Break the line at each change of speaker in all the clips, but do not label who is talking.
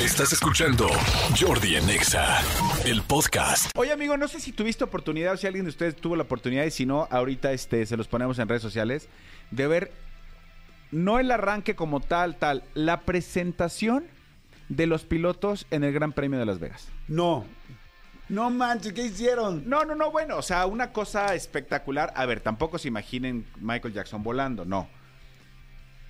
Estás escuchando Jordi en EXA, el podcast.
Oye, amigo, no sé si tuviste oportunidad o si alguien de ustedes tuvo la oportunidad, y si no, ahorita este, se los ponemos en redes sociales, de ver no el arranque como tal, tal, la presentación de los pilotos en el Gran Premio de Las Vegas.
No. No manches, ¿qué hicieron?
No, no, no, bueno, o sea, una cosa espectacular. A ver, tampoco se imaginen Michael Jackson volando, no.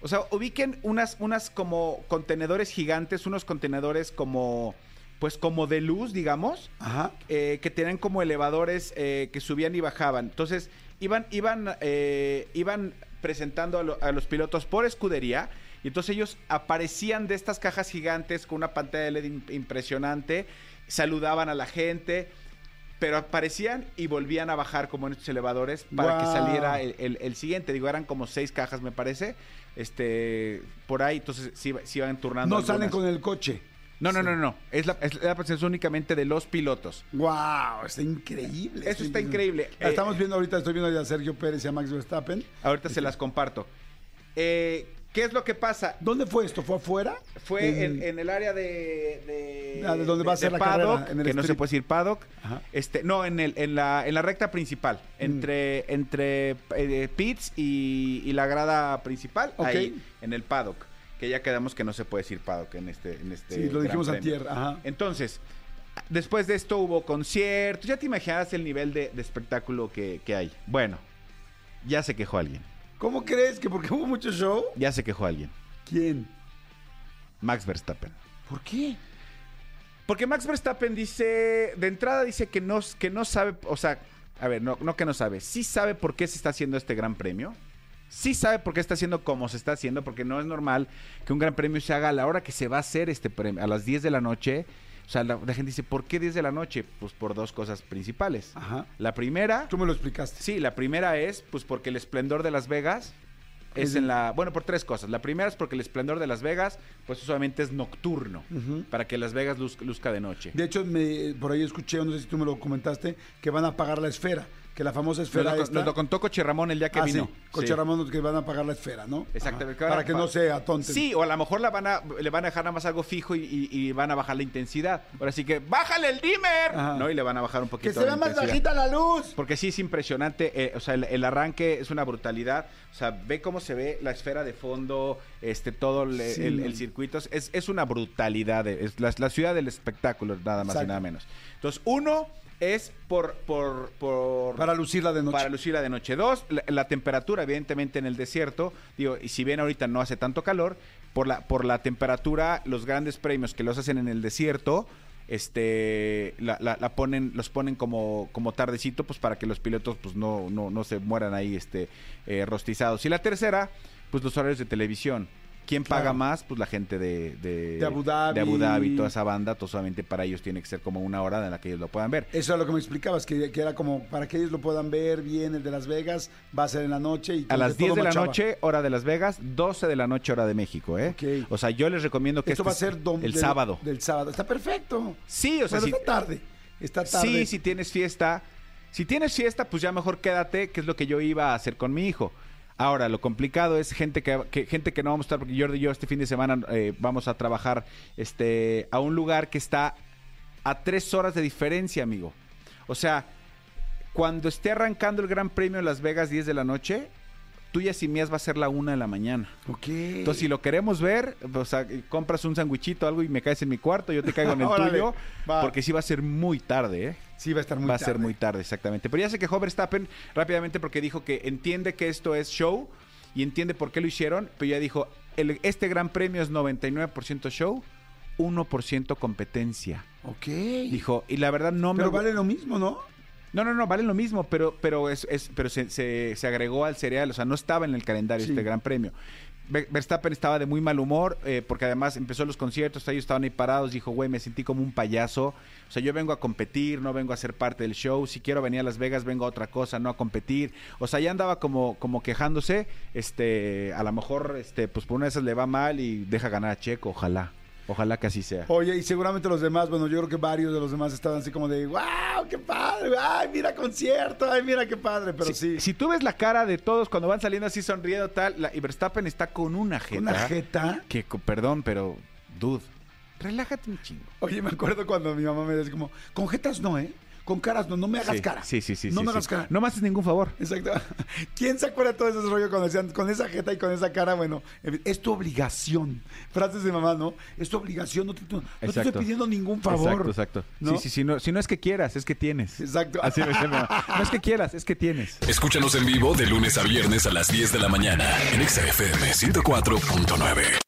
O sea, ubiquen unas, unas como contenedores gigantes, unos contenedores como, pues como de luz, digamos,
Ajá.
eh, que tenían como elevadores eh, que subían y bajaban. Entonces, iban, iban, eh, iban presentando a, lo- a los pilotos por escudería. Y entonces ellos aparecían de estas cajas gigantes con una pantalla de LED im- impresionante, saludaban a la gente, pero aparecían y volvían a bajar como en estos elevadores para que
Guau.
saliera el, el- el siguiente. Digo, eran como seis cajas, me parece. Este, por ahí, entonces sí, iba- sí iban turnando.
No salen
algunas.
con el coche.
No, no, no, no. Es la, es la presencia únicamente de los pilotos.
¡Wow! Está increíble.
Eso está increíble.
La Estamos
Eh,
viendo ahorita, estoy viendo ya a Sergio Pérez y a Max Verstappen.
Ahorita se las comparto. Eh, ¿Qué es lo que pasa?
¿Dónde fue esto? ¿Fue afuera?
Fue en, en el área de. de-
Ah, de donde va a ser la carrera,
paddock,
en el
que no se
strip.
puede decir paddock.
Ajá. Mm.
Este, no, en, el, en, la, en la recta principal. Entre, entre eh, pits y, y la grada principal.
Ok.
Ahí, en el paddock. Que ya quedamos que no se puede decir paddock en este. En este
Sí, lo
Gran
dijimos
Premio.
antier, ajá.
Entonces, después de esto hubo conciertos. Ya te imaginarás el nivel de, de espectáculo que, que hay. Bueno, ya se quejó alguien.
¿Cómo crees que porque hubo mucho show?
Ya se quejó alguien.
¿Quién?
Max Verstappen.
¿Por qué?
Porque Max Verstappen dice, de entrada dice que no, que no sabe, o sea, a ver, no, no que no sabe, sí sabe por qué se está haciendo este gran premio, sí sabe por qué está haciendo como se está haciendo, porque no es normal que un gran premio se haga a la hora que se va a hacer este premio, a las 10 de la noche. O sea, la, la gente dice, ¿por qué 10 de la noche? Pues por dos cosas principales.
Ajá.
La primera,
Tú me lo explicaste.
sí, la primera es, pues porque el esplendor de Las Vegas es en la, bueno, por tres cosas. La primera es porque el esplendor de Las Vegas, pues solamente es nocturno,
Ujú.
para que Las Vegas luz- luzca de noche.
De hecho, me- por ahí escuché, no sé si tú me lo comentaste, que van a apagar la esfera, que la famosa
Nos
esfera
lo,
esta-
nos lo contó Coche Ramón el día que
Ah,
vino.
sí, Coche
Sí.
Ramón, que van a apagar la esfera, ¿no?
Exactamente.
Ajá. Para que no sea tonto.
Sí, o a lo mejor la van a, le van a dejar nada más algo fijo y, y- y van a bajar la intensidad. Ahora sí que, ¡bájale el dimmer!
Ajá.
¿No? Y le van a bajar un poquito
Que se vea
la
más
intensidad.
bajita la luz.
Porque sí es impresionante, eh, o sea, el, el arranque es una brutalidad. O sea, ve cómo se ve la esfera de fondo, este, todo el,
Sí,
el- el
man.
circuito. Es, es una brutalidad, eh, es la, la ciudad del espectáculo, nada más y
Exacto.
nada menos. Entonces, uno es por, por, por
Para lucirla de noche.
para lucirla de noche. Dos, la, la temperatura, evidentemente, en el desierto. Digo, y si bien ahorita no hace tanto calor, por la, por la temperatura, los grandes premios que los hacen en el desierto, este la, la- la ponen, los ponen como, como tardecito, pues para que los pilotos pues no, no, no se mueran ahí este, eh, rostizados. Y la tercera, pues los horarios de televisión. ¿Quién paga
Claro.
más? Pues la gente de,
De Abu Dhabi.
de Abu Dhabi, toda esa banda. Todo solamente para ellos tiene que ser como una hora en la que ellos lo puedan ver.
Eso es lo que me explicabas, que, que era como para que ellos lo puedan ver bien, el de Las Vegas, va a ser en la noche. Y
A
como
las
que todo
10 de la
marchaba.
noche, hora de Las Vegas, 12 de la noche, hora de México, ¿eh?
Ok.
O sea, yo les recomiendo que
Esto va a
este
ser dom-
el
del-
sábado.
Del sábado. Está perfecto.
Sí, o sea,
Pero
si,
está tarde. Está tarde.
sí, si tienes fiesta, si tienes fiesta, pues ya mejor quédate, que es lo que yo iba a hacer con mi hijo. Ahora, lo complicado es gente que, que- gente que no vamos a estar, porque Jordi y yo este fin de semana eh, vamos a trabajar este, a un lugar que está a tres horas de diferencia, amigo. O sea, cuando esté arrancando el Gran Premio en Las Vegas 10 de la noche, tuyas y mías va a ser la una de la mañana.
Ok.
Entonces, si lo queremos ver, o sea, eh, compras un sandwichito o algo y me caes en mi cuarto, yo te caigo en el
Órale,
tuyo,
va.
porque sí va a ser muy tarde, ¿eh?
sí, va a estar muy
va a
tarde.
ser muy tarde, exactamente. Pero ya se quejó Verstappen rápidamente porque dijo que entiende que esto es show y entiende por qué lo hicieron, pero ya dijo, "El- este gran premio es 99% show, 1% competencia.
Ok.
Dijo, y la verdad no
Pero
me...
vale lo mismo, ¿no?
No, no, no, valen lo mismo, pero, pero, es, es- pero se, se- se agregó al cereal, o sea, no estaba en el calendario
Sí.
este gran premio. Ver- Verstappen estaba de muy mal humor, eh, porque además empezó los conciertos, ellos estaban ahí parados, dijo, güey, me sentí como un payaso, o sea, yo vengo a competir, no vengo a ser parte del show, si quiero venir a Las Vegas, vengo a otra cosa, no a competir, o sea, ya andaba como, como quejándose, este, a lo mejor, este, pues por una de esas le va mal y deja ganar a Checo, ojalá, ojalá que así sea.
Oye, y seguramente los demás, bueno, yo creo que varios de los demás estaban así como de, wow, qué padre, ay, mira concierto, ay, mira qué padre, pero sí.
si, si tú ves la cara de todos cuando van saliendo así sonriendo tal, la, y Verstappen está con una jeta.
Una jeta.
Que, co- perdón, pero, dude, relájate un chingo.
Oye, me acuerdo cuando mi mamá me decía como, con jetas no, ¿eh? Con caras no, no me hagas
Sí,
cara.
Sí, sí, sí. sí,
No me
sí.
hagas cara.
No me haces ningún favor.
Exacto. ¿Quién se acuerda de todo ese rollo cuando decían con esa jeta y con esa cara? Bueno, eh, es tu obligación. Frases de mamá, ¿no? Es tu obligación, no te, no te estoy
Exacto.
pidiendo ningún favor.
Exacto, exacto.
¿No?
Sí, sí, sí. No, si no es que quieras, es que tienes.
Exacto.
Así me decía mi mamá. No es que quieras, es que tienes.
Escúchanos en vivo de lunes a viernes a las 10 de la mañana en Exa FM 104.9.